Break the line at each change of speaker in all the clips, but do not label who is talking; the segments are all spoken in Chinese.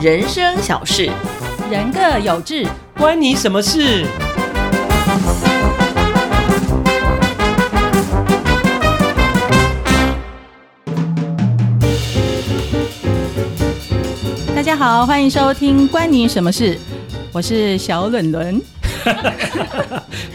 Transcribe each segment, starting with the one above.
人生小事，
人各有志，
关你什么事？
大家好，欢迎收听《关你什么事》，我是小伦伦。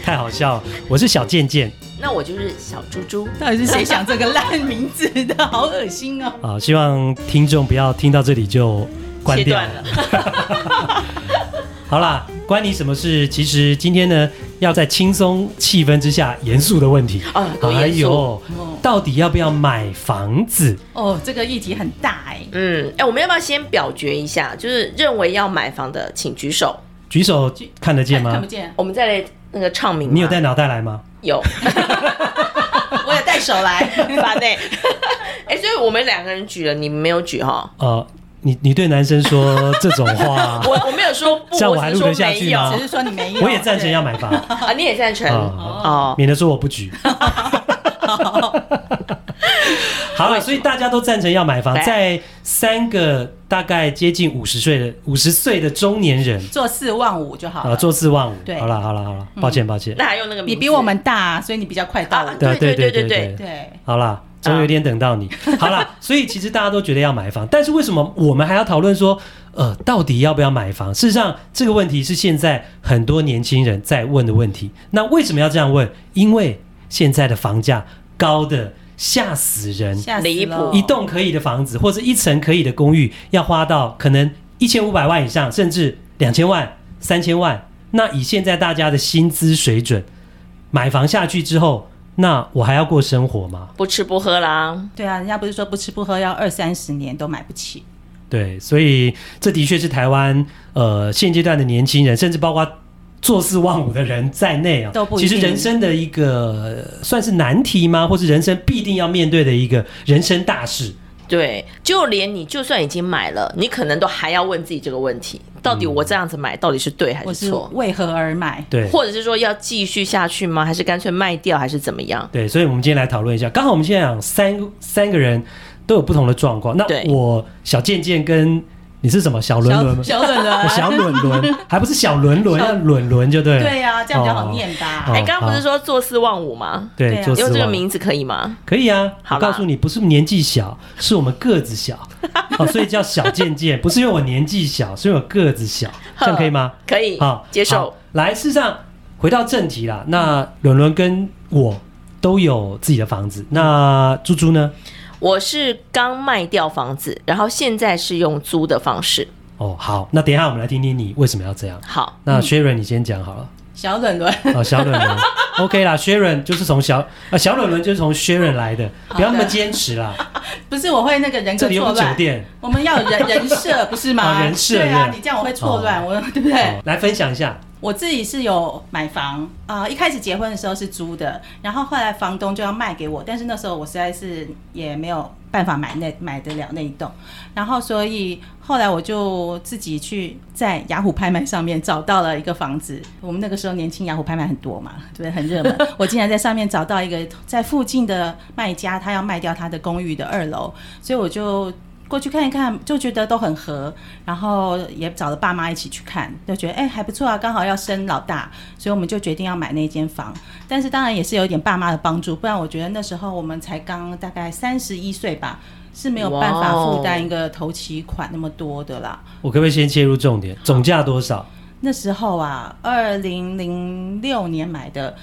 太好笑了！我是小健健
那我就是小猪猪。
到底是谁想这个烂名字的？好恶心哦！
啊、希望听众不要听到这里就关掉了。 好啦，关你什么事？其实今天呢，要在轻松气氛之下，严肃的问题。
啊多严肃
哎呦，到底要不要买房子？
哦，这个议题很大哎、
嗯，哎、我们要不要先表决一下？就是认为要买房的，请举手。
举手看得见
看
吗
不？见，
我们再来那个唱名吗。
你有带脑袋来吗？
有
我也带手来。
烦呢、 哎、所以我们两个人举了，你们没有举哈。
呃，你你对男生说这种话，
我我没有说不，
这样
我
我还
只是
录
说
得下去
没有
吗
只是说你没有，
我也赞成要买房啊、
啊，你也赞成哦。
免得说我不举。好了，所以大家都赞成要买房，
对
在三个大概接近五十岁的五十岁的中年人
对做四万五就好
啊，
了。
做四万五。
对
好了好了好了，抱歉抱歉。
那还用那个名字？
你比我们大，所以你比较快到我。
啊
对
对
对
对对
对
对
对，
好啦，总有一天等到你。好啦，所以其实大家都觉得要买房，但是为什么我们还要讨论说，呃，到底要不要买房？事实上，这个问题是现在很多年轻人在问的问题。那为什么要这样问？因为现在的房价高的吓死人，
吓死
离谱
了
一栋可以的房子或者一层可以的公寓，要花到可能一千五百万以上，甚至两千万、三千万。那以现在大家的薪资水准，买房下去之后，那我还要过生活吗？
不吃不喝啦。
对啊，人家不是说不吃不喝要二三十年都买不起，
对，所以这的确是台湾呃现阶段的年轻人，甚至包括做事忘我的人在内啊
都，不一
其
定
实人生的一个呃算是难题吗？或是人生必定要面对的一个人生大事？
对，就连你就算已经买了，你可能都还要问自己这个问题：到底我这样子买到底是对还
我
是
是
错？
为何而买？
对。
或者是说要继续下去吗？还是干脆卖掉，还是怎么样？
对，所以我们今天来讨论一下。刚好我们现在讲三三个人都有不同的状况。那
对
我小健健跟你是什么小伦伦吗？
小冷
我
了，
小伦伦还不是小伦伦，
小
要伦伦就对了。
对呀、啊，这样比较好念吧。
哦
哎、刚刚不是说坐四望五吗？
对
对，啊
做
用
丝
这个
袜
名字可以吗？
可以啊。
好
我
啦
告诉你，不是年纪小，是我们个 子小哦，所以叫小健健。不是因为我年纪小，是因为我个子小，这样可以吗？
可以，
好，
接受
好。。来，事实上，回到正题啦。那伦伦跟我都有自己的房子，那猪猪呢？
我是刚卖掉房子，然后现在是用租的方式。
哦，好，那等一下我们来听听你为什么要这样。
好，
那 Sharon 你先讲好了，
小冷轮，
啊、小冷轮，OK 啦，Sharon 就是从小啊、小冷轮就是从 Sharon 来的，不要那么坚持啦，
不是我会那个人
这
格
里又
错
不是酒
乱，
店。
我们要有人人设不是吗？
啊人设哦
对啊，
对
你这样我会错乱，我对不对
好？来分享一下，
我自己是有买房啊、呃一开始结婚的时候是租的，然后后来房东就要卖给我，但是那时候我实在是也没有办法买那买得了那一栋，然后所以后来我就自己去在雅虎拍卖上面找到了一个房子。我们那个时候年轻，雅虎拍卖很多嘛，对不对？很热门。我竟然在上面找到一个在附近的卖家，他要卖掉他的公寓的二楼，所以我就。过去看一看，就觉得都很合，然后也找了爸妈一起去看，就觉得哎、还不错啊，刚好要生老大，所以我们就决定要买那间房。但是当然也是有一点爸妈的帮助，不然我觉得那时候我们才刚大概三十一岁吧，是没有办法
哇哦
负担一个头期款那么多的啦。
我可不可以先切入重点？总价多少？
那时候啊，二零零六年买的，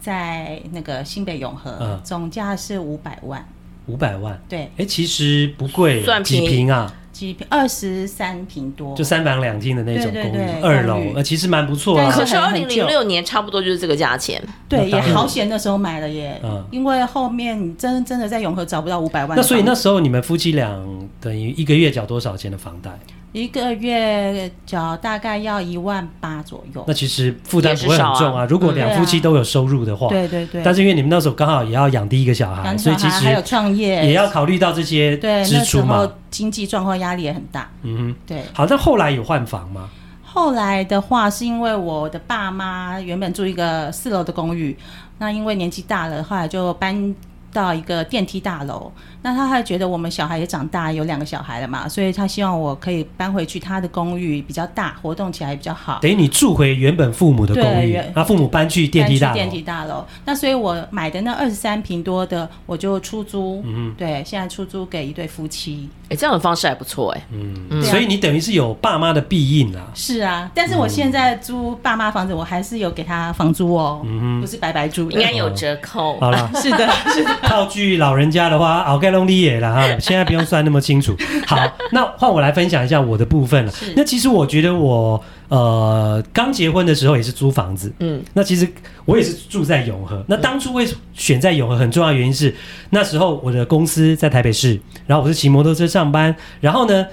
在那个新北永和，
嗯
总价是五百万，
五百万。
对，
哎、其实不贵，
算
几
便宜
平啊？
几平二十三平多，
就三房两厅的那种
对
公
对
寓，
对
二楼
公，寓
呃，其实蛮不错
但
啊。
可是二
很
零
很
零
旧
六年差不多就是这个价钱。
对，
那
也
当然
好险那时候买了耶，
嗯
因为后面你真真的在永和找不到五百万的房
那
子，
所以那时候你们夫妻俩等于一个月缴多少钱的房贷？
一个月缴大概要一万八左右
那，其实负担不会很
也是
重
少
啊。
啊
如果两
对啊
夫妻都有收入的话，
对对对，
但是因为你们那时候刚好也要养第一个小孩，
然后
所以其
还有
实
创业
也要考虑到这些
对
支
那时
出
候
嘛。
经济状况压力也很大，
嗯
对
哼。。好，那后来有换房吗？
后来的话，是因为我的爸妈原本住一个四楼的公寓，那因为年纪大了，后来就搬到一个电梯大楼，那他还觉得我们小孩也长大，有两个小孩了嘛，所以他希望我可以搬回去他的公寓，比较大，活动起来也比较好。
等于你住回原本父母的公
对
寓
原，
那父母搬去电梯大
搬去电
楼
梯。大楼。那所以我买的那二十三平多的，我就出租。嗯，对，现在出租给一对夫妻。
哎，这样的方式还不错哎。
嗯
啊
所以你等于是有爸妈的庇应啦。
是啊，但是我现在租爸妈房子，我还是有给他房租哦，不是白白住的
应。该有折扣。
好了，
是的，是的。
套句老人家的话，熬盖弄利也了哈，现在不用算那么清楚。好，那换我来分享一下我的部分了
是。
那其实我觉得我呃刚结婚的时候也是租房子，
嗯，
那其实我也是住在永和。那当初为什么选在永和，很重要的原因是那时候我的公司在台北市，然后我是骑摩托车上班，然后呢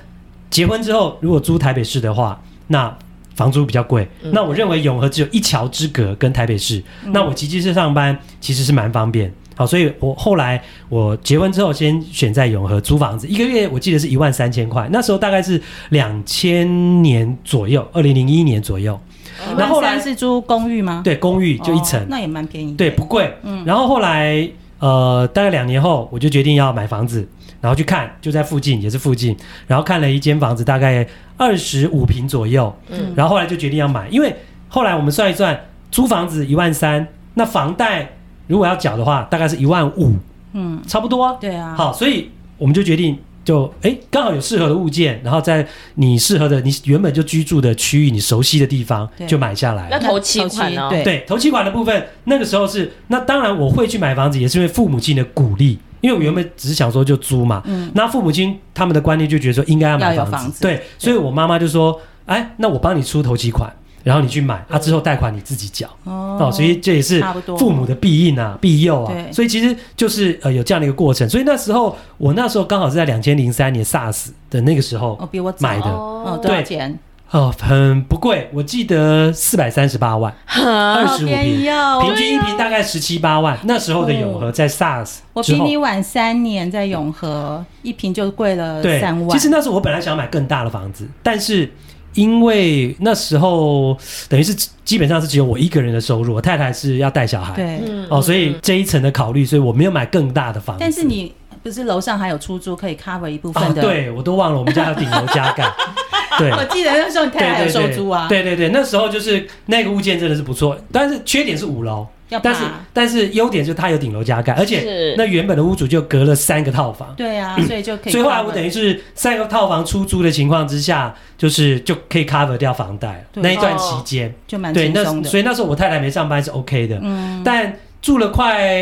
结婚之后如果租台北市的话，那房租比较贵。那我认为永和只有一桥之隔跟台北市，那我骑机车上班其实是蛮方便。好，所以我后来我结婚之后，先选在永和租房子，一个月我记得是一万三千块，那时候大概是两千年左右，二零零一年左右。
嗯
那后来
13000是租公寓吗？
对，公寓
哦，
就一层，
那也蛮便宜的。
对，不贵。
嗯
然后后来呃，大概两年后，我就决定要买房子，然后去看，就在附近，也是附近，然后看了一间房子，大概二十五平左右。
嗯
然后后来就决定要买，因为后来我们算一算，租房子一万三，那房贷如果要缴的话，大概是一万五，
嗯，
差不多啊。
对啊。
好，所以我们就决定就哎，刚好有适合的物件，然后在你适合的你原本就居住的区域，你熟悉的地方
对
就买下来
那
了。
头期款哦呢？
对
对，头期款的部分，那个时候是那当然我会去买房子，也是因为父母亲的鼓励。因为我原本只是想说就租嘛，
嗯
那父母亲他们的观念就觉得说应该要
要
买
有
房子，
房子
对，所以我妈妈就说，哎，那我帮你出头期款，然后你去买，啊，之后贷款你自己缴。
嗯哦
哦，所以这也是
差不多
父母的庇应啊、庇佑啊，
对
所以其实就是呃有这样的一个过程。所以那时候我那时候刚好是在两千零三年 SARS 的那个时候
哦，比我早
买的，哦、
哦，
哦，
多少
对
钱？
很不贵，我记得四百三十八万，
哦
二
好
十五
便宜
平，
哦！我
平均一平大概十七八万。那时候的永和在 SARS
哦我
之
比
后
你。晚三年，在永和一瓶就贵了
对
三，万。
其实那时候我本来想买更大的房子，但是因为那时候等于是基本上是只有我一个人的收入，我太太是要带小孩，
对，
嗯
哦，所以这一层的考虑，所以我没有买更大的房子。
但是你不是楼上还有出租可以 cover 一部
啊，
分的？，哦
对我都忘了，我们家有顶楼加 盖，对。
我记得那时候你太
对
太还有
对
收
对
租啊。
对对对，那时候就是那个物件真的是不错，但是缺点是五楼，
要爬
但是但是优点就是它有顶楼加盖，而且
是
那原本的屋主就隔了三个套房，
对啊，所以就可以 cover。
嗯所以后来我等于是三个套房出租的情况之下，就是就可以 cover 掉房贷了
对
那一段期间，
就蛮
对，
轻
那
松的。
所以那时候我太太没上班是 OK 的，
嗯，
但住了快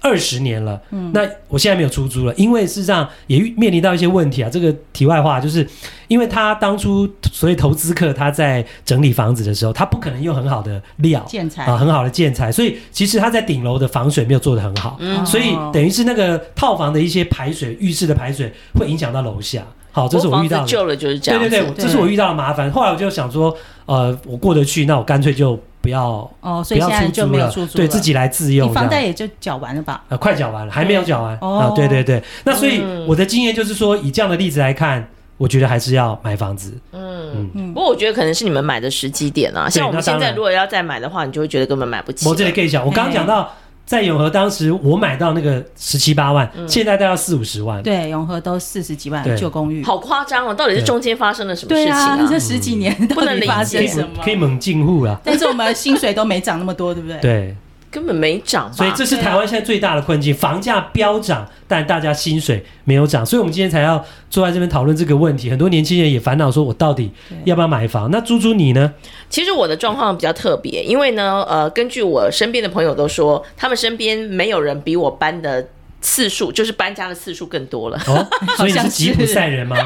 二十年了，
嗯
那我现在没有出租了，因为事实上也遇面临到一些问题啊。这个题外话就是，因为他当初所以投资客他在整理房子的时候，他不可能用很好的料
建材
啊、很好的建材，所以其实他在顶楼的防水没有做得很好，
嗯
所以
哦
等于是那个套房的一些排水、浴室的排水会影响到楼下。好，哦这是我遇到
房
的
子。旧了就是这样
对
子。
对对，
子
这是我遇到的麻烦。后来我就想说，呃，我过得去，那我干脆就不要
哦，所
不
以
要
现在
出
就
租
没有
了，
出租了，
对自己来自用
你
这
房
样。
贷也就缴完了吧？
呃，快缴完了，还没有缴完啊、
哦
对对对，那所以
嗯
我的经验就是说，以这样的例子来看，我觉得还是要买房子。
嗯嗯。不过我觉得可能是你们买的时机点啊，像我们
那当
现
然
在如果要再买的话，你就会觉得根本买不起啊
我这里
了。
可以讲，我刚刚讲到在永和，当时我买到那个十七八万，现在大概四五十万。
嗯对，永和都四十几万
对
旧公寓。
好夸张哦！到底是中间发生了什么事
对
情
啊，你
啊？
这十几年
嗯
到
不能
底
理
发
解
生
可以
什
猛
么
可？以猛进户啦。
但是我们薪水都没涨那么多，对不对？
对，
根本没涨吧？
所以这是
对啊
台湾现在最大的困境，房价飙涨，但大家薪水没有涨，所以我们今天才要坐在这边讨论这个问题。很多年轻人也烦恼说，我到底要不要买房？那猪猪你呢？
其实我的状况比较特别，因为呢，呃，根据我身边的朋友都说，他们身边没有人比我搬的次数，就是搬家的次数更多了。
哦，所以你
好像
是吉
是
普赛人 吗？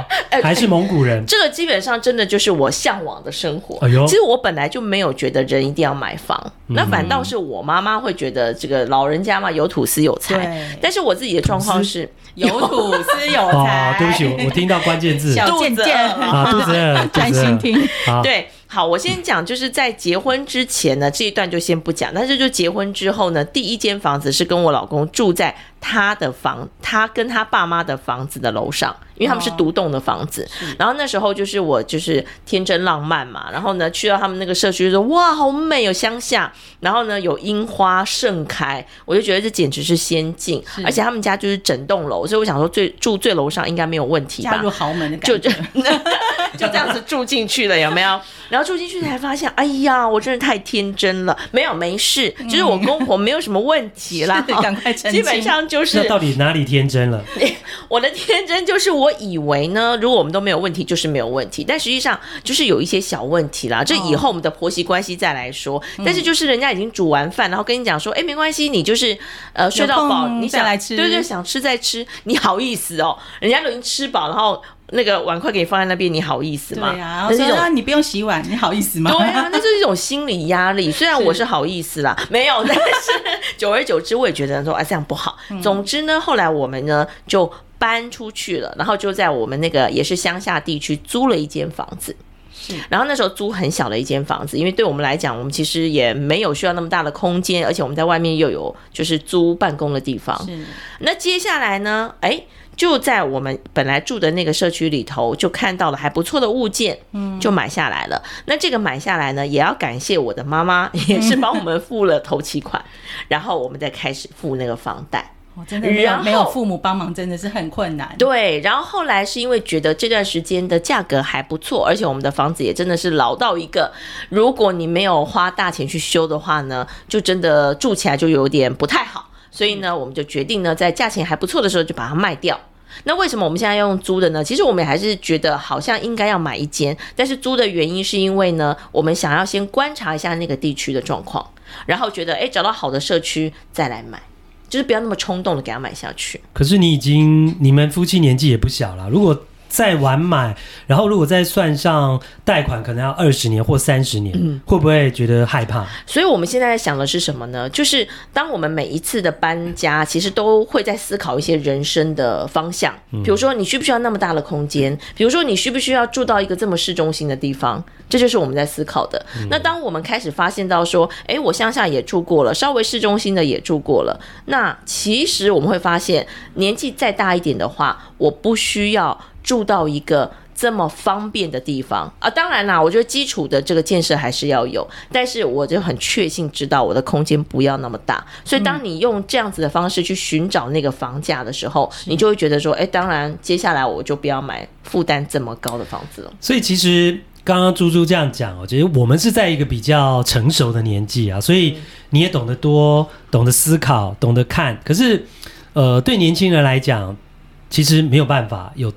还是蒙古 人？
这个基本上真的就是我向往的生活。
哎呦嗯
其实我本来就没有觉得人一定要买房，那反倒是我妈妈会觉得这个老人家嘛有土司有财
对。
但是我自己的状况是
有土司有
哦
财。，
对不 起，我我听到关键字
小
肚
贱
子
贱
饿 了
啊，肚子饿 了，肚
专
子饿
心
了。
听。
好，
对，好，我先讲，就是在结婚之前呢，这一段就先不讲。但是就结婚之后呢，第一间房子是跟我老公住在他的房，他跟他爸妈的房子的楼上，因为他们是
哦
独栋的房子。然后那时候就是我就是天真浪漫嘛，然后呢去到他们那个社区就说哇好美有乡下，然后呢有樱花盛开，我就觉得这简直是仙境，
是
而且他们家就是整栋楼，所以我想说最住最楼上应该没有问题
嫁
吧
入。豪门的感
就
觉，。
就 就这样子住进去了，有没有？然后住进去才发现，哎呀，我真的太天真了。没有，没事，就是我公婆没有什么问题啦 哦
是赶快澄清
基本上就是
那到底哪里天真了？
我的天真就是我以为呢，如果我们都没有问题，就是没有问题。但实际上就是有一些小问题
哦
啦，这以后我们的婆媳关系再来说。
嗯
但是就是人家已经煮完饭，然后跟你讲说，哎，没关系，你就是呃睡到饱，
空
你想
再来吃
对对，想吃再吃，你好意思哦？人家都已经吃饱，然后那个碗筷给你放在那边，你好意思
对
吗？
呀、然后
那是一
说
种
啊，你不用洗碗，你好意思吗？
对啊，那就是一种心理压力。虽然我是好意思啦， 没有，但是久而久之，我也觉得说啊这样不好。总之呢，后来我们呢就搬出去了，然后就在我们那个也是乡下地区租了一间房子。然后那时候租很小的一间房子，因为对我们来讲，我们其实也没有需要那么大的空间，而且我们在外面又有就是租办公的地方。
是
那接下来呢？哎，就在我们本来住的那个社区里头，就看到了还不错的物件，嗯，就买下来了。那这个买下来呢，也要感谢我的妈妈，也是帮我们付了头期款，然后我们再开始付那个房贷。
我真的没有
然后
没有父母帮忙，真的是很困难。
对，然后后来是因为觉得这段时间的价格还不错，而且我们的房子也真的是老到一个，如果你没有花大钱去修的话呢，就真的住起来就有点不太好。所以呢，我们就决定呢，在价钱还不错的时候就把它卖掉。那为什么我们现在要用租的呢？其实我们还是觉得好像应该要买一间，但是租的原因是因为呢，我们想要先观察一下那个地区的状况，然后觉得诶找到好的社区再来买，就是不要那么冲动的给它买下去。
可是你已经，你们夫妻年纪也不小了，如果再晚买，然后如果再算上贷款，可能要二十年或三十年，会不会觉得害怕？
所以我们现在想的是什么呢？就是当我们每一次的搬家，其实都会在思考一些人生的方向，比如说你需不需要那么大的空间，比如说你需不需要住到一个这么市中心的地方，这就是我们在思考的。那当我们开始发现到说，诶，我乡下也住过了，稍微市中心的也住过了，那其实我们会发现，年纪再大一点的话，我不需要住到一个这么方便的地方啊。当然啦，我觉得基础的这个建设还是要有，但是我就很确信知道我的空间不要那么大。所以当你用这样子的方式去寻找那个房价的时候，你就会觉得说，哎，当然接下来我就不要买负担这么高的房子了。
所以其实刚刚猪猪这样讲哦，其实我们是在一个比较成熟的年纪啊，所以你也懂得多，懂得思考，懂得看。可是，呃，对年轻人来讲，其实没有办法有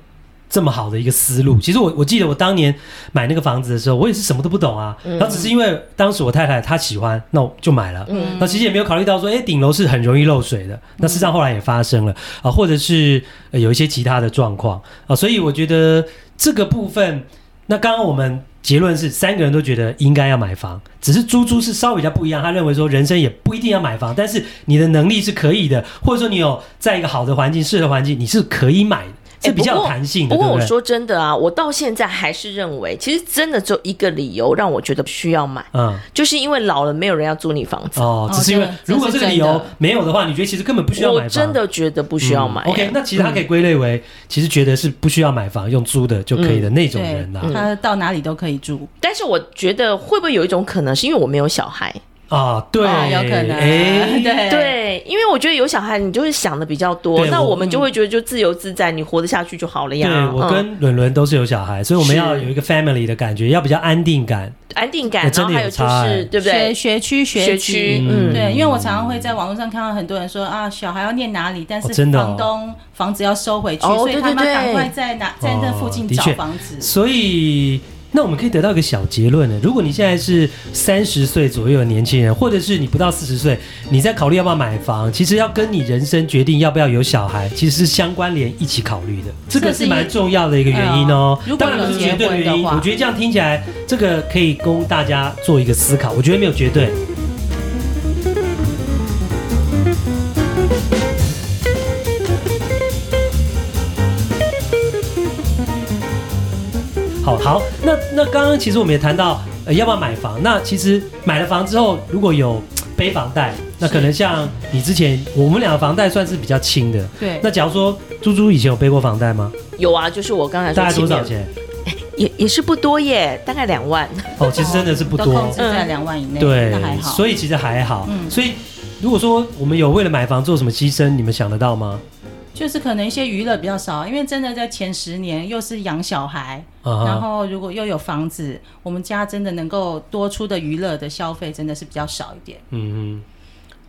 这么好的一个思路。其实我我记得我当年买那个房子的时候，我也是什么都不懂啊，然后只是因为当时我太太她喜欢，那我就买了。
嗯
那其实也没有考虑到说，哎，顶楼是很容易漏水的。那事实上后来也发生了啊，或者是、呃有一些其他的状况啊，所以我觉得这个部分，那刚刚我们结论是三个人都觉得应该要买房，只是猪猪是稍微比较不一样，他认为说人生也不一定要买房，但是你的能力是可以的，或者说你有在一个好的环境、适合环境，你是可以买的，
哎
是比较
不
有
过
弹性的，
不过我
对不对？
说真的啊，我到现在还是认为，其实真的只有一个理由让我觉得需要买，
嗯，
就是因为老了没有人要租你房子。
哦
哦，
只是因为
这个
如果这
这是
个理
真
由
的
没有的话，你觉得其实根本不需要买
我
房，
真的觉得不需要买、
嗯 OK，
哎
那其实他可以归类为，其实觉得是不需要买房，用租的就可
嗯
以的那种人啊啦。
他到哪里都可以住，
但是我觉得会不会有一种可能，是因为我没有小孩？
啊，对，
哦有可能，
哎，
对，
对，因为我觉得有小孩，你就会想的比较多，
对
那
我
我们就会觉得就自由自在，你活得下去就好了呀。
对我
嗯、
跟伦伦都是有小孩，所以我们
是
要有一个 family 的感觉，要比较安定感。
安定感
哎，
然
真
后
的
还有
有
就
差哎
是对不对
学？学区
学
学
区
区，
嗯
对，因为我常常会在网络上看到很多人说啊，小孩要念哪里，但
哦
是
真的哦
房东房子要收回去，
哦
所以他
对
们
对对
要赶快在哪在那附近
哦的
找
确
房子。
所以，那我们可以得到一个小结论呢：如果你现在是三十岁左右的年轻人，或者是你不到四十岁，你在考虑要不要买房，其实要跟你人生决定要不要有小孩，其实是相关联一起考虑的。这个
这是
是
一
蛮重要的一个原因哦
哎。呦如果
当然不是绝对
有结婚的
原因，
话
我觉得这样听起来，这个可以供大家做一个思考。我觉得没有绝对。好好，那那刚刚其实我们也谈到，呃，要不要买房？那其实买了房之后，如果有背房贷，那可能像你之前我们俩的房贷算是比较轻的。
对
那假如说猪猪以前有背过房贷吗？
有啊，就是我刚才说
大概多少
前面？
钱？
也也是不多耶，大概两万。
哦，其实真的是不
都
多
控制，在两万以内，
对
那还，好。
所以其实还好。
嗯
所以如果说我们有为了买房做什么牺牲，你们想得到吗？
就是可能一些娱乐比较少，因为真的在前十年又是养小孩，
啊
然
哈，
后如果又有房子，我们家真的能够多出的娱乐的消费真的是比较少一点。
嗯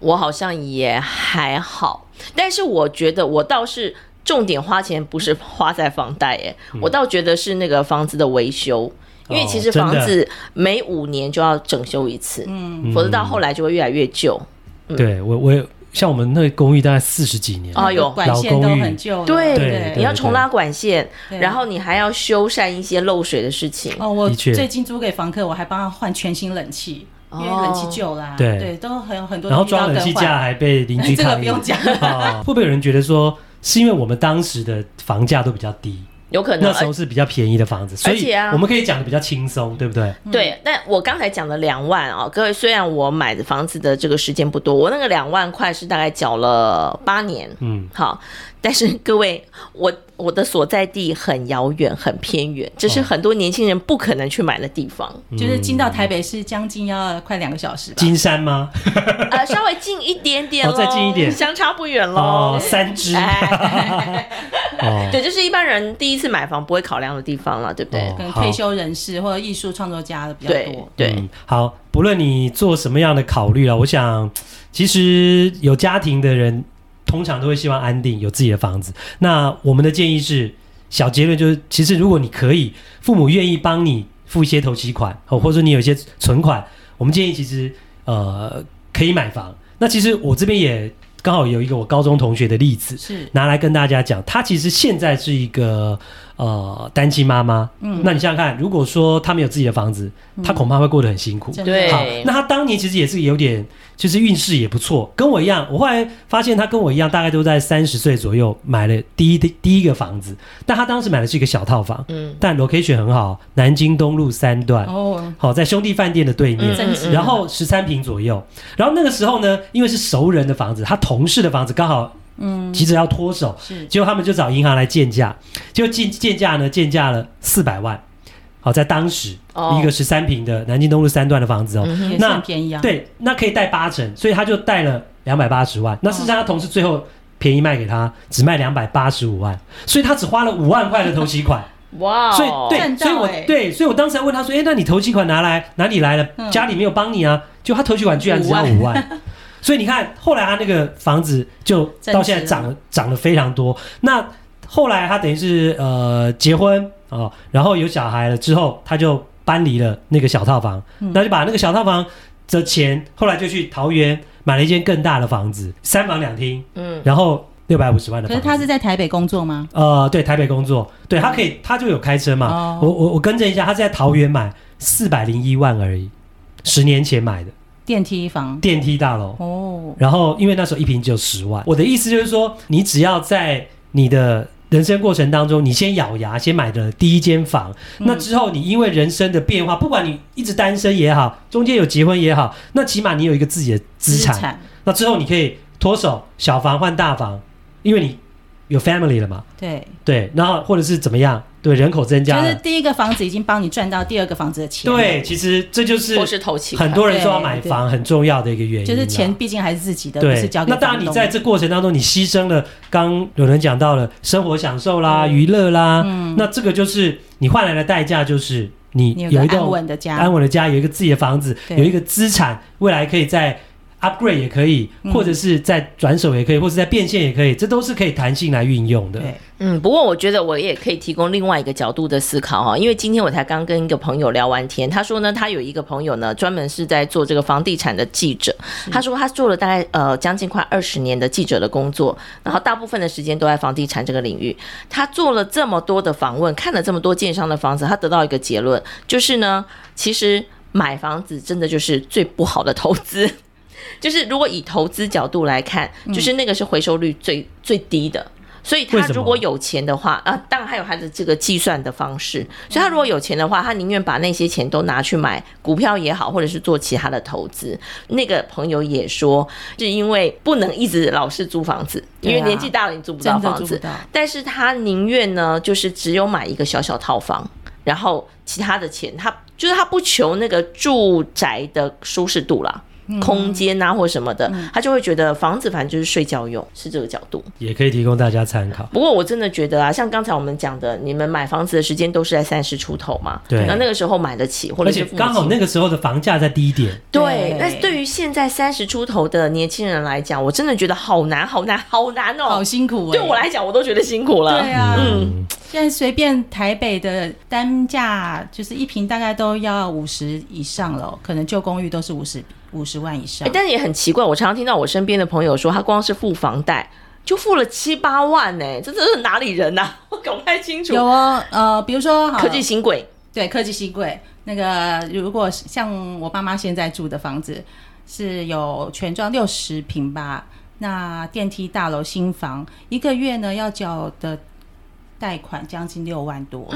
我好像也还好，但是我觉得我倒是重点花钱不是花在房贷，哎、我倒觉得是那个房子的维修。因为其实
嗯哦真的
房子每五年就要整修一次，
嗯，
嗯
否则到后来就会越来越旧。
嗯，对我我也像我们那个公寓大概四十几年了，
哎呦
管线都很旧了，
对
对
你要重拉管线，
嗯对
然后你还要修缮一些漏水的事情。
哦，我
的确
最近租给房客，我还帮他换全新冷气，因为
哦
冷气旧啦，
对
对，都很有很多
然后
地方
装冷气
更换
架还被邻居
这个
抗
不
议。
用 讲，
啊，会不会有人觉得说，是因为我们当时的房价都比较低，
有
呃
可能
那时候是比较便宜的房子，所
而
以
且啊
我们可以讲的比较轻松，对不对？
呃对，但我刚才讲的两万啊、各位，虽然我买的房子的这个时间不多，我那个两万块是大概缴了八年，
嗯，
好，但是各位，我我的所在地很遥远，很偏远，这是
哦
很多年轻人不可能去买的地方，
就是进
嗯
到台北市将近要快两个小时吧。
金山吗？
呃，稍微近一点点
哦
喽，
再近一点
相差不远喽。
哦，三只
哎，
哦，
对，就是一般人第一次买房不会考量的地方了，对不对
哦？
可能
好
退休人士或者艺术创作家的比较
对
多。
对，
嗯好，不论你做什么样的考虑啊，我想其实有家庭的人通常都会希望安定，有自己的房子。那我们的建议是，小结论就是，其实如果你可以，父母愿意帮你付一些头期款，哦，或者说你有一些存款，我们建议其实呃可以买房。那其实我这边也刚好有一个我高中同学的例子，
是
拿来跟大家讲，她其实现在是一个呃单亲妈妈。嗯，那你想想看，如果说她没有自己的房子，她恐怕会过得很辛苦。
真的
对
好，那她当年其实也是有点，就是运势也不错，跟我一样。我后来发现她跟我一样，大概都在三十岁左右买了第一第一个房子，但她当时买的是一个小套房，
嗯，
但 location 很好，南京东路三段，
哦，
好在兄弟饭店的对面。
嗯嗯
然后十三平左右。然后那个时候呢，因为是熟人的房子，他同事的房子刚好
嗯
急着要脱手，
是
结果他们就找银行来建价，结果建建价呢，建价了四百万。好，在当时、
哦嗯
一个十三平的南京东路三段的房子哦，
也
那
算便宜啊。
对，那可以贷八成，所以他就贷了两百八十万。那事实上，他同事最后便宜卖给他，只卖两百八十五万，所以他只花了五万块的头期款。
哇
所以
哦，
对，
赚到
所以我
欸
对，所以我当时还问他说：“哎、那你头期款拿来哪里来了？
嗯
家里没有帮你啊？”就他头期款居然只要五
5
万，所以你看，后来他那个房子就到现在涨了，涨了非常多。那后来他等于是呃结婚哦，然后有小孩了之后，他就搬离了那个小套房，
嗯
那就把那个小套房的钱，后来就去桃园买了一间更大的房子，三房两厅，
嗯，
然后六百五十万的
可
房
是
子。
他是嗯在台北工作吗？
呃，对，台北工作，对他可以，他就有开车嘛。
哦
啊我我我更正一下，他是在桃园买四百零一万而已，十年前买的
电梯房
电梯大楼。
哦，
然后因为那时候一平只有十万，我的意思就是说，你只要在你的人生过程当中，你先咬牙先买的第一间房，那之后你因为人生的变化，不管你一直单身也好，中间有结婚也好，那起码你有一个自己的资产。那之后你可以脱手小房换大房，因为你有 family 了嘛。
对，
对，然后或者是怎么样？对，人口增
就
加
是
了，
第一个房子已经帮你赚到第二个房子的钱，
对，，其实这就是
或是投期款
很多人说要
对
买
对
房很重要的一个原因啦，
就是钱毕竟还是自己的，不
对
是交。给
那当然，
房
你
东
在这过程当中，你牺牲了刚有人讲到了生活享受啦、
嗯
娱乐啦，那这个就是你换来的代价，就是你
你
有
有
一
个
栋
安稳的家，
安稳的家，有一个自己的房子，
对
有一个资产，未来可以在 upgrade 也可以，
嗯
或者是在转手也可以，或者在变现也可以，这都是可以弹性来运用的。
对，
嗯，不过我觉得我也可以提供另外一个角度的思考哈，因为今天我才刚跟一个朋友聊完天，他说呢，他有一个朋友呢，专门是在做这个房地产的记者，他说他做了大概呃将近快二十年的记者的工作，然后大部分的时间都在房地产这个领域，他做了这么多的访问，看了这么多建商的房子，他得到一个结论，就是呢，其实买房子真的就是最不好的投资。 就是如果以投资角度来看，就是那个是回收率最最低的，所以
为
他
什么
如果有钱的话，啊，当然还有他的这个计算的方式。所以他如果有钱的话，他宁愿把那些钱都拿去买股票也好，或者是做其他的投资。那个朋友也说，是因为不能一直老是租房子，因为
对啊
年纪大了你租不到
真的
房
租
子
不，到。
但是他宁愿呢，就是只有买一个小小套房，然后其他的钱，他就是他不求那个住宅的舒适度啦。
嗯
空间啊，或什么的，他就会觉得房子反正就是睡觉用，是这个角度。
也可以提供大家参考。
不过我真的觉得啊，像刚才我们讲的，你们买房子的时间都是在三十出头嘛，
对
那那个时候买得起，或者
而
是
且
父母
刚好
亲
那个时候的房价在低点，
对，
对
那对于现在三十出头的年轻人来讲，我真的觉得好难，好难，好难哦
好。辛苦、欸，
对我来讲，我都觉得辛苦了。
对啊，
嗯，
现在随便台北的单价就是一平大概都要五十以上了，哦可能旧公寓都是五十五十万以上
欸。但是也很奇怪，我常常听到我身边的朋友说，他光是付房贷就付了七八万呢、哎这这是哪里人呐、 我搞不太清楚。
有哦，呃，比如说好
科技新贵，
对科技新贵，那个如果是像我爸妈现在住的房子是有全幢六十平吧，那电梯大楼新房一个月呢要缴的贷款将近六万多，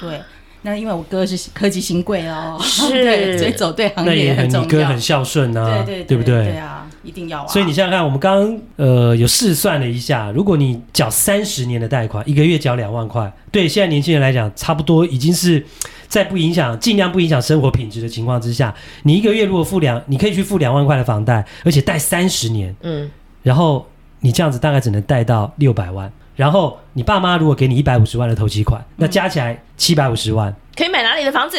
对。那因为我哥是科技新贵哦，
是
对，所以走对行
那
业
也很
很重
你哥
要
很。孝顺啊，
对对
不
对？啊，一定要啊。
所以你想想看，我们刚刚呃有试算了一下，如果你缴三十年的贷款，一个月缴两万块，对现在年轻人来讲，差不多已经是在不影响、尽量不影响生活品质的情况之下，你一个月如果付两，你可以去付两万块的房贷，而且贷三十年，
嗯，
然后你这样子大概只能贷到六百万，然后你爸妈如果给你一百五十万的头期款，那加起来七百五十万，
可以买哪里的房子？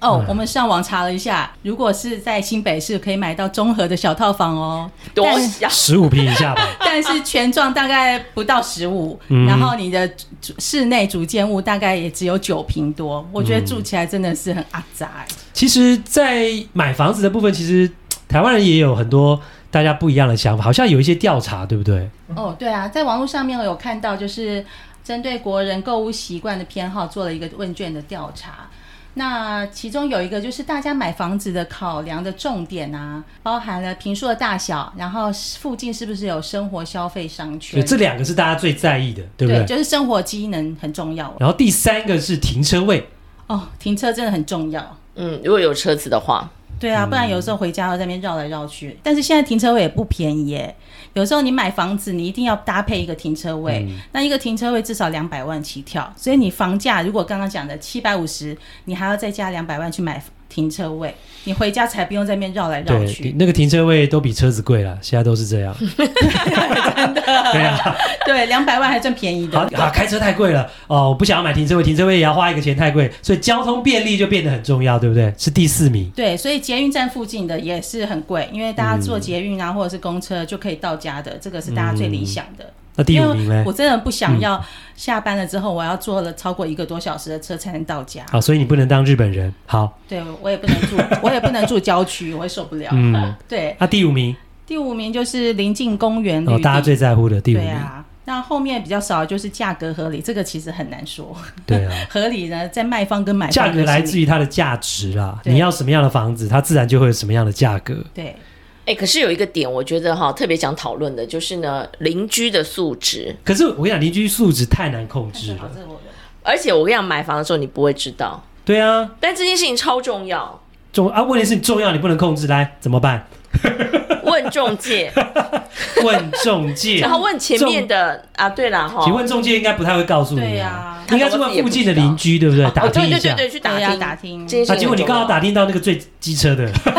哦
嗯，
我们上网查了一下，如果是在新北市可以买到综合的小套房哦，
多
但
小？
十五平以下吧。
但是全幢大概不到十五、
嗯
然后你的主室内主建物大概也只有九平多，我觉得住起来真的是很阿杂、欸
其实，在买房子的部分，其实台湾人也有很多大家不一样的想法，好像有一些调查，对不对？
哦，对啊，在网络上面有看到，就是针对国人购物习惯的偏好做了一个问卷的调查。那其中有一个就是大家买房子的考量的重点啊，包含了平数的大小，然后附近是不是有生活消费商
所以
圈，
这两个是大家最在意的，对不对？
就是生活机能很重要
然后第三个是停车位，
哦，停车真的很重要。
嗯，如果有车子的话，
对
嗯
啊，不然有时候回家要在那边绕来绕去。但是现在停车位也不便宜耶，有时候你买房子，你一定要搭配一个停车位，
嗯
那一个停车位至少两百万起跳，所以你房价如果刚刚讲的七百五十，你还要再加两百万去买停车位，你回家才不用在那边绕来绕
对，
去。
那个停车位都比车子贵了，现在都是这样。 对啊，
对，两百万还算便宜
好
的。
啊，开车太贵了哦，我不想要买停车位，停车位也要花一个钱，太贵，所以交通便利就变得很重要，对不对？是第四名。
对，所以捷运站附近的也是很贵，因为大家
嗯
坐捷运啊、或者是公车就可以到家的，这个是大家最理想的。
那第五名嗯
因为
呢？
我真的不想要下班了之后，我要坐了超过一个多小时的车才能到家。
好，所以你不能当日本人。好，
对我也不能 住，我也不能住郊区，我也受不了。
嗯
对，
那第五名
第五名就是临近公园绿地，
哦，大家最在乎的第五
对
名，
啊。那后面比较少的就是价格合理，这个其实很难 说。
对啊。
合理呢，在卖方跟买方
价
的
格来
心里
自于它的价值啦，
对
你要什么样的房子，它自然就会有什么样的价格。
对
哎、可是有一个点，我觉得哈特别想讨论的，就是呢邻居的素质。
可是我跟你讲，邻居素质太难控制
是好
了。
这个我有
而且我跟你讲，买房的时候你不会知道，
对啊，
但这件事情超重要。
重啊，问题是重要你不能控制，来怎么办？
问中 介，
哎问中 介，
然后问前面的啊，对啦哈，
请问中介应该不太会告诉你
对
啊
啊，
应该是问附近的邻居，对不对？打
哦，
听
对
一
对对
下。
对，去打
对啊
听
打听
这件事
啊，
情
结果你刚好打听到那个最机车的，
哦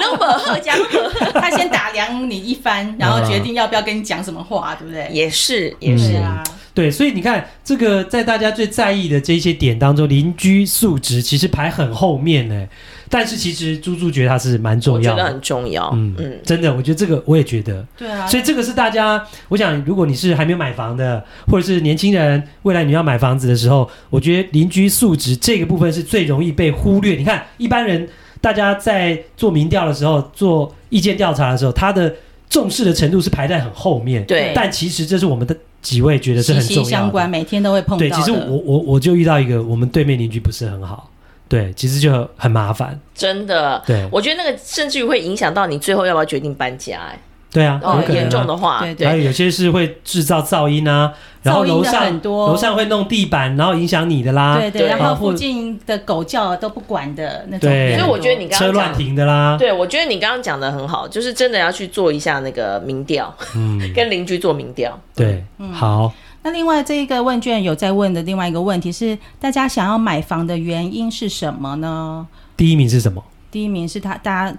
number 贺 家贺
他先打量你一番，然后决定要不要跟你讲什么话，对不
嗯
对？
也是也是
对啊，
对，所以你看这个在大家最在意的这些点当中，邻居素质其实排很后面呢。但是其实猪猪觉得它是蛮
我
重
觉
要
得
的，
很重要。
嗯
嗯
嗯，真的，我觉得这个我也觉得，
对啊，
所以这个是大家，我想，如果你是还没有买房的，或者是年轻人，未来你要买房子的时候，我觉得邻居素质这个部分是最容易被忽略。你看，一般人大家在做民调的时候，做意见调查的时候，他的重视的程度是排在很后面。
对
但其实这是我们的几位觉得是
息
很重要
息
的。
相关，每天都会碰到的。
对，其实我我我就遇到一个，我们对面邻居不是很好，对，其实就很麻烦。
真的，
对，
哦
我觉得那个甚至于会影响到你最后要不要决定搬家、哎，
对啊，
哦
有，可
严重
能
的
啊。
话，
对
还
对
有有些是会制造噪音啊，然后
噪音
楼
的
上
很多
楼上会啊弄地板，然后影响你的啦，
对
哦对
对，然
保
后
护
附近的狗叫都不管的那种
对
也很多。
所以
我觉得你刚刚
车乱
讲
停的啦，
对，我觉得你刚刚讲的很好，就是真的要去做一下那个民调，
嗯，
跟邻居做民调。
对，
嗯
好，
那另外这一个问卷有在问的另外一个问题是，大家想要买房的原因是什么呢？
第一名是什么？
第一名是他，大家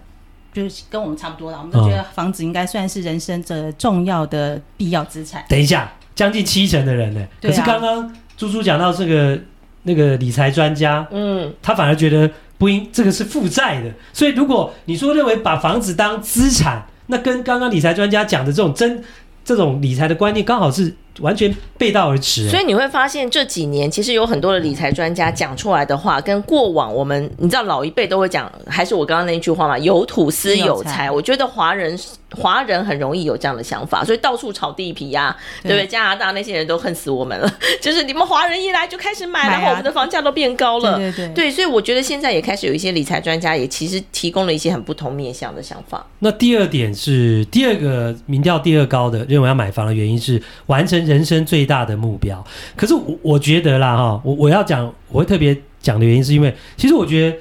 就是跟我们差不多了，我们都觉得房子应该算是人生的重要的必要资产。
等一下，将近七成的人呢、
对
可
啊
是刚刚猪猪讲到这个那个理财专家，
嗯，
他反而觉得不应，这个是负债的。所以如果你说认为把房子当资产，那跟刚刚理财专家讲的这种真这种理财的观念，刚好是完全背道而驰、欸
所
以
以你会发现这几年其实有很多的理财专家讲出来的话，跟过往我们你知道老一辈都会讲，还是我刚刚那一句话嘛，有土司有
有
财。
财
我觉得华人华人很容易有这样的想法，所以到处炒地皮呀、对不对？加拿大那些人都恨死我们了， 就是你们华人一来就开始买，
买啊
然后我们的房价都变高了。
对对对
所以我觉得现在也开始有一些理财专家也其实提供了一些很不同面向的想法。
那第二点是第二个民调第二高的认为要买房的原因是完成人生最大的目标。可是我我觉得啦哈，我我要讲我会特别讲的原因是因为，其实我觉得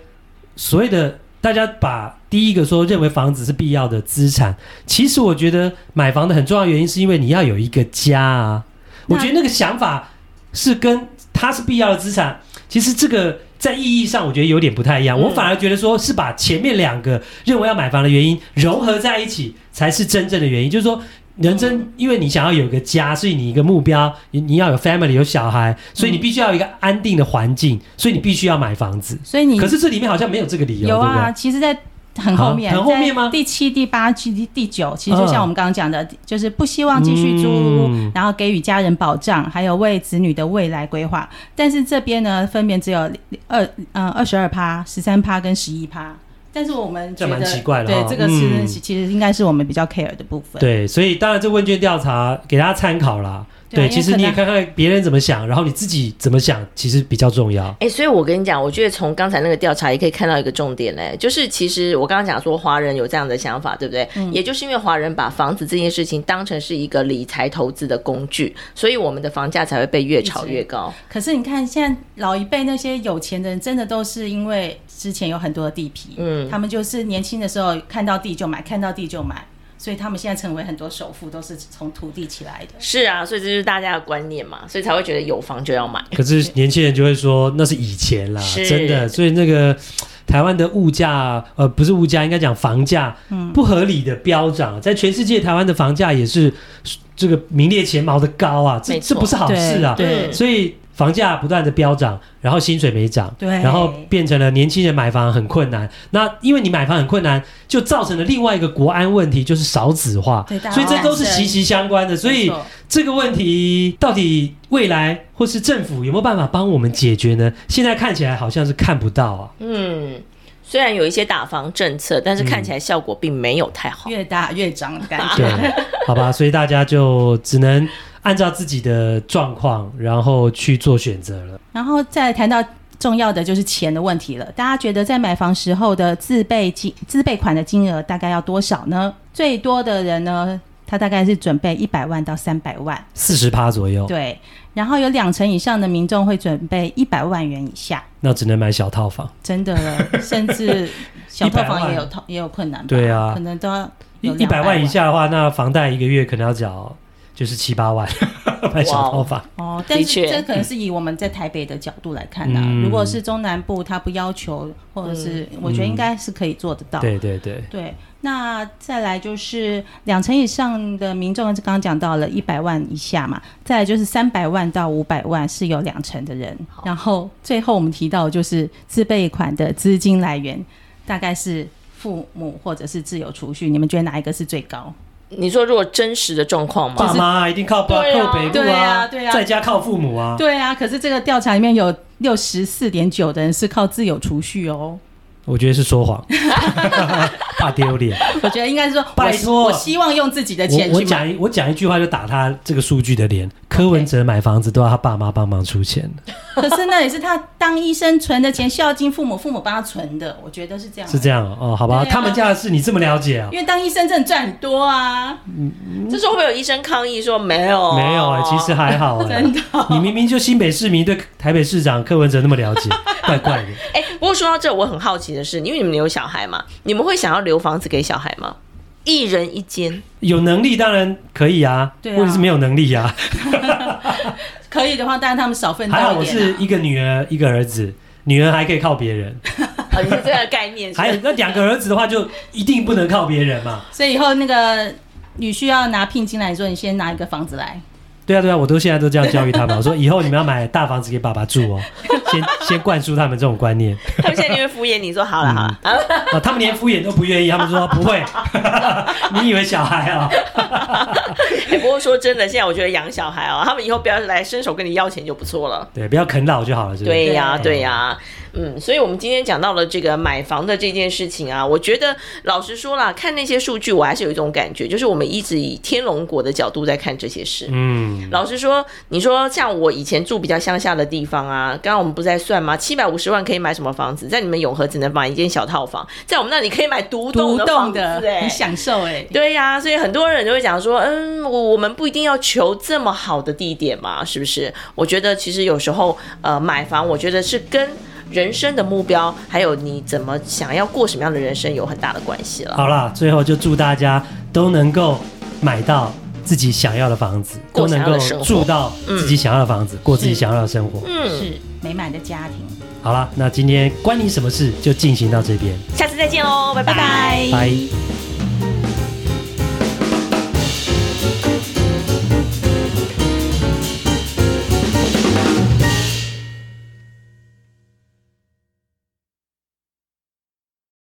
所谓的大家把第一个说认为房子是必要的资产，其实我觉得买房的很重要的原因是因为你要有一个家啊。我
那
觉得那个想法是跟它是必要的资产，其实这个在意义上我觉得有点不太一样。
嗯
我反而觉得说是把前面两个认为要买房的原因融合在一起，才是真正的原因。就是说，人生因为你想要有一个家，所以你一个目标，你你要有 family 有小孩，所以你必须要有一个安定的环境，所以你必须要买房子。
所以你
可是这里面好像没有这个理
嗯
由，
有
对不
啊，
对？
其实，在很后面，
啊很后面
在
吗
第七、第八、第第九，其实就
嗯
像我们刚刚讲的，就是不希望继续租屋，
嗯
然后给予家人保障，还有为子女的未来规划。但是这边呢，分别只有二嗯二十二趴、十三趴跟十一趴。但是我们觉
这
得
蛮奇怪的
对
哈
这个是、
嗯
其实应该是我们比较 care 的部分。
对，所以当然这问卷调查给大家参考啦。
对啊
对，其
因
实
为
你也
可
看看别人怎么想，然后你自己怎么想，其实比较重要。
哎、所以我跟你讲，我觉得从刚才那个调查也可以看到一个重点嘞，就是其实我刚刚讲说华人有这样的想法，对不对？也就是因为华人把房子这件事情当成是一个理财投资的工具，所以我们的房价才会被越炒越高。
可是你看，现在老一辈那些有钱的人，真的都是因为之前有很多的地皮，
嗯
他们就是年轻的时候看到地就买，看到地就买，所以他们现在成为很多首富都是从土地起来的。
是啊，所以这就是大家的观念嘛，所以才会觉得有房就要买。
可是年轻人就会说那是以前啦，
是
真的。所以那个台湾的物价，呃，不是物价，应该讲房价，
嗯
不合理的飙涨，在全世界台湾的房价也是这个名列前茅的高啊，这
没
这
错
不是好事啊。
对
嗯
所以房价不断的飙涨，然后薪水没涨，
对
然后变成了年轻人买房很困难。那因为你买房很困难，就造成了另外一个国安问题，就是少子化
对，大家
所以这都
都
是
单身
息息相关的。所
没
以
错
这个问题到底未来或是政府有没有办法帮我们解决呢？现在看起来好像是看不到啊。
嗯，虽然有一些打房政策，但是看起来效果并没有太好。
越大越涨的感
对
觉。，
好吧，所以大家就只能按照自己的状况，然后去做选择了。
然后再谈到重要的就是钱的问题了。大家觉得在买房时候的自备金、自备款的金额大概要多少呢？最多的人呢，他大概是准备一百万到三百万，
四十趴左右，
对。然后有两成以上的民众会准备一百万元以下。
那只能买小套房。
真的，甚至小套
100万
房也有 套也有困难吧？
对啊
可能都要
一
有
一百
200
万以下的话，那房贷一个月可能要缴就是七八万，买小套房。
哦。但
的
是
确
这可能是以我们在台北的角度来看呢、啊
嗯
如果是中南部，他不要求，或者是我
嗯
觉得应该是可以做得到。
对对对，
对那再来就是两成以上的民众，刚刚讲到了一百万以下嘛，再来就是三百万到五百万是有两成的人，然后最后我们提到就是自备款的资金来源大概是父母或者是自由储蓄，你们觉得哪一个是最高？
你说如果真实的状况
爸
嘛，
妈一定靠爸
对啊
靠北部
对啊对啊
在家靠父母啊。
对啊，可是这个调查里面有六十四点九的人是靠自有储蓄哦。
我觉得是说谎，怕丢脸。
我觉得应该是说，
拜
我
托
我希望用自己的哎钱
我我
去买。
讲一我讲一句话就打他这个数据的脸。柯文哲买房子都要他爸妈帮忙出钱，
可是那也是他当医生存的钱，孝敬父母，父母帮他存的，我觉得是这样。
是这样哦哦，好吧？
对啊
他们家的事你这么了解啊？
因为当医生真的赚很多啊，
这时候会不会有医生抗议说没有啊，
没有哎、其实还好哎、
哦 真的。哦
你明明就新北市民对台北市长柯文哲那么 了解，怪怪的。
哎、不过说到这，我很好奇的是，因为你们有小孩嘛，你们会想要留房子给小孩吗？一人一间，
有能力当然可以啊，
对啊
问题是没有能力啊。
可以的话，当然他们少奋斗
还好
一
我
点、
是
啊。
一个女儿，一个儿子，女儿还可以靠别人，
啊，你是这个概念是不
还
是
有那两个儿子的话，就一定不能靠别人嘛。
所以以后那个女婿要拿聘金来说，你先拿一个房子来。
对啊，对啊，我都现在都这样教育他们，我说以后你们要买大房子给爸 爸住哦，先先灌输他们这种观念
他们现在就会敷衍你说好了好了，啊
啊、他们连敷衍都不愿意，他们说不会， 你以为小孩啊、
哎不过说真的，现在我觉得养小孩哦，他们以后不要来伸手跟你要钱就不错了。
对，不要啃老就好了，是不是？
对呀、
对
对呀、嗯，所以我们今天讲到了这个买房的这件事情啊，我觉得老实说啦，看那些数据，我还是有一种感觉，就是我们一直以天龙国的角度在看这些事。
嗯，
老实说，你说像我以前住比较乡下的地方啊，刚刚我们不是在算吗？七百五十万可以买什么房子？在你们永和只能买一间小套房，在我们那里可以买独栋
独
的
栋
房子、
的，
哎
很享受哎、
对呀、所以很多人就会讲说，嗯，我我们不一定要求这么好的地点嘛，是不是？我觉得其实有时候，呃，买房，我觉得是跟人生的目标，还有你怎么想要过什么样的人生有很大的关系了。
好啦，最后就祝大家都能够买到自己想要的房子，
过
都
想
能
要的
够
生活
住到自己想要的房子，过自己想要的生活。
嗯，
是美满的家庭。
好啦，那今天关你什么事就进行到这边，
下次再见喽，拜
拜。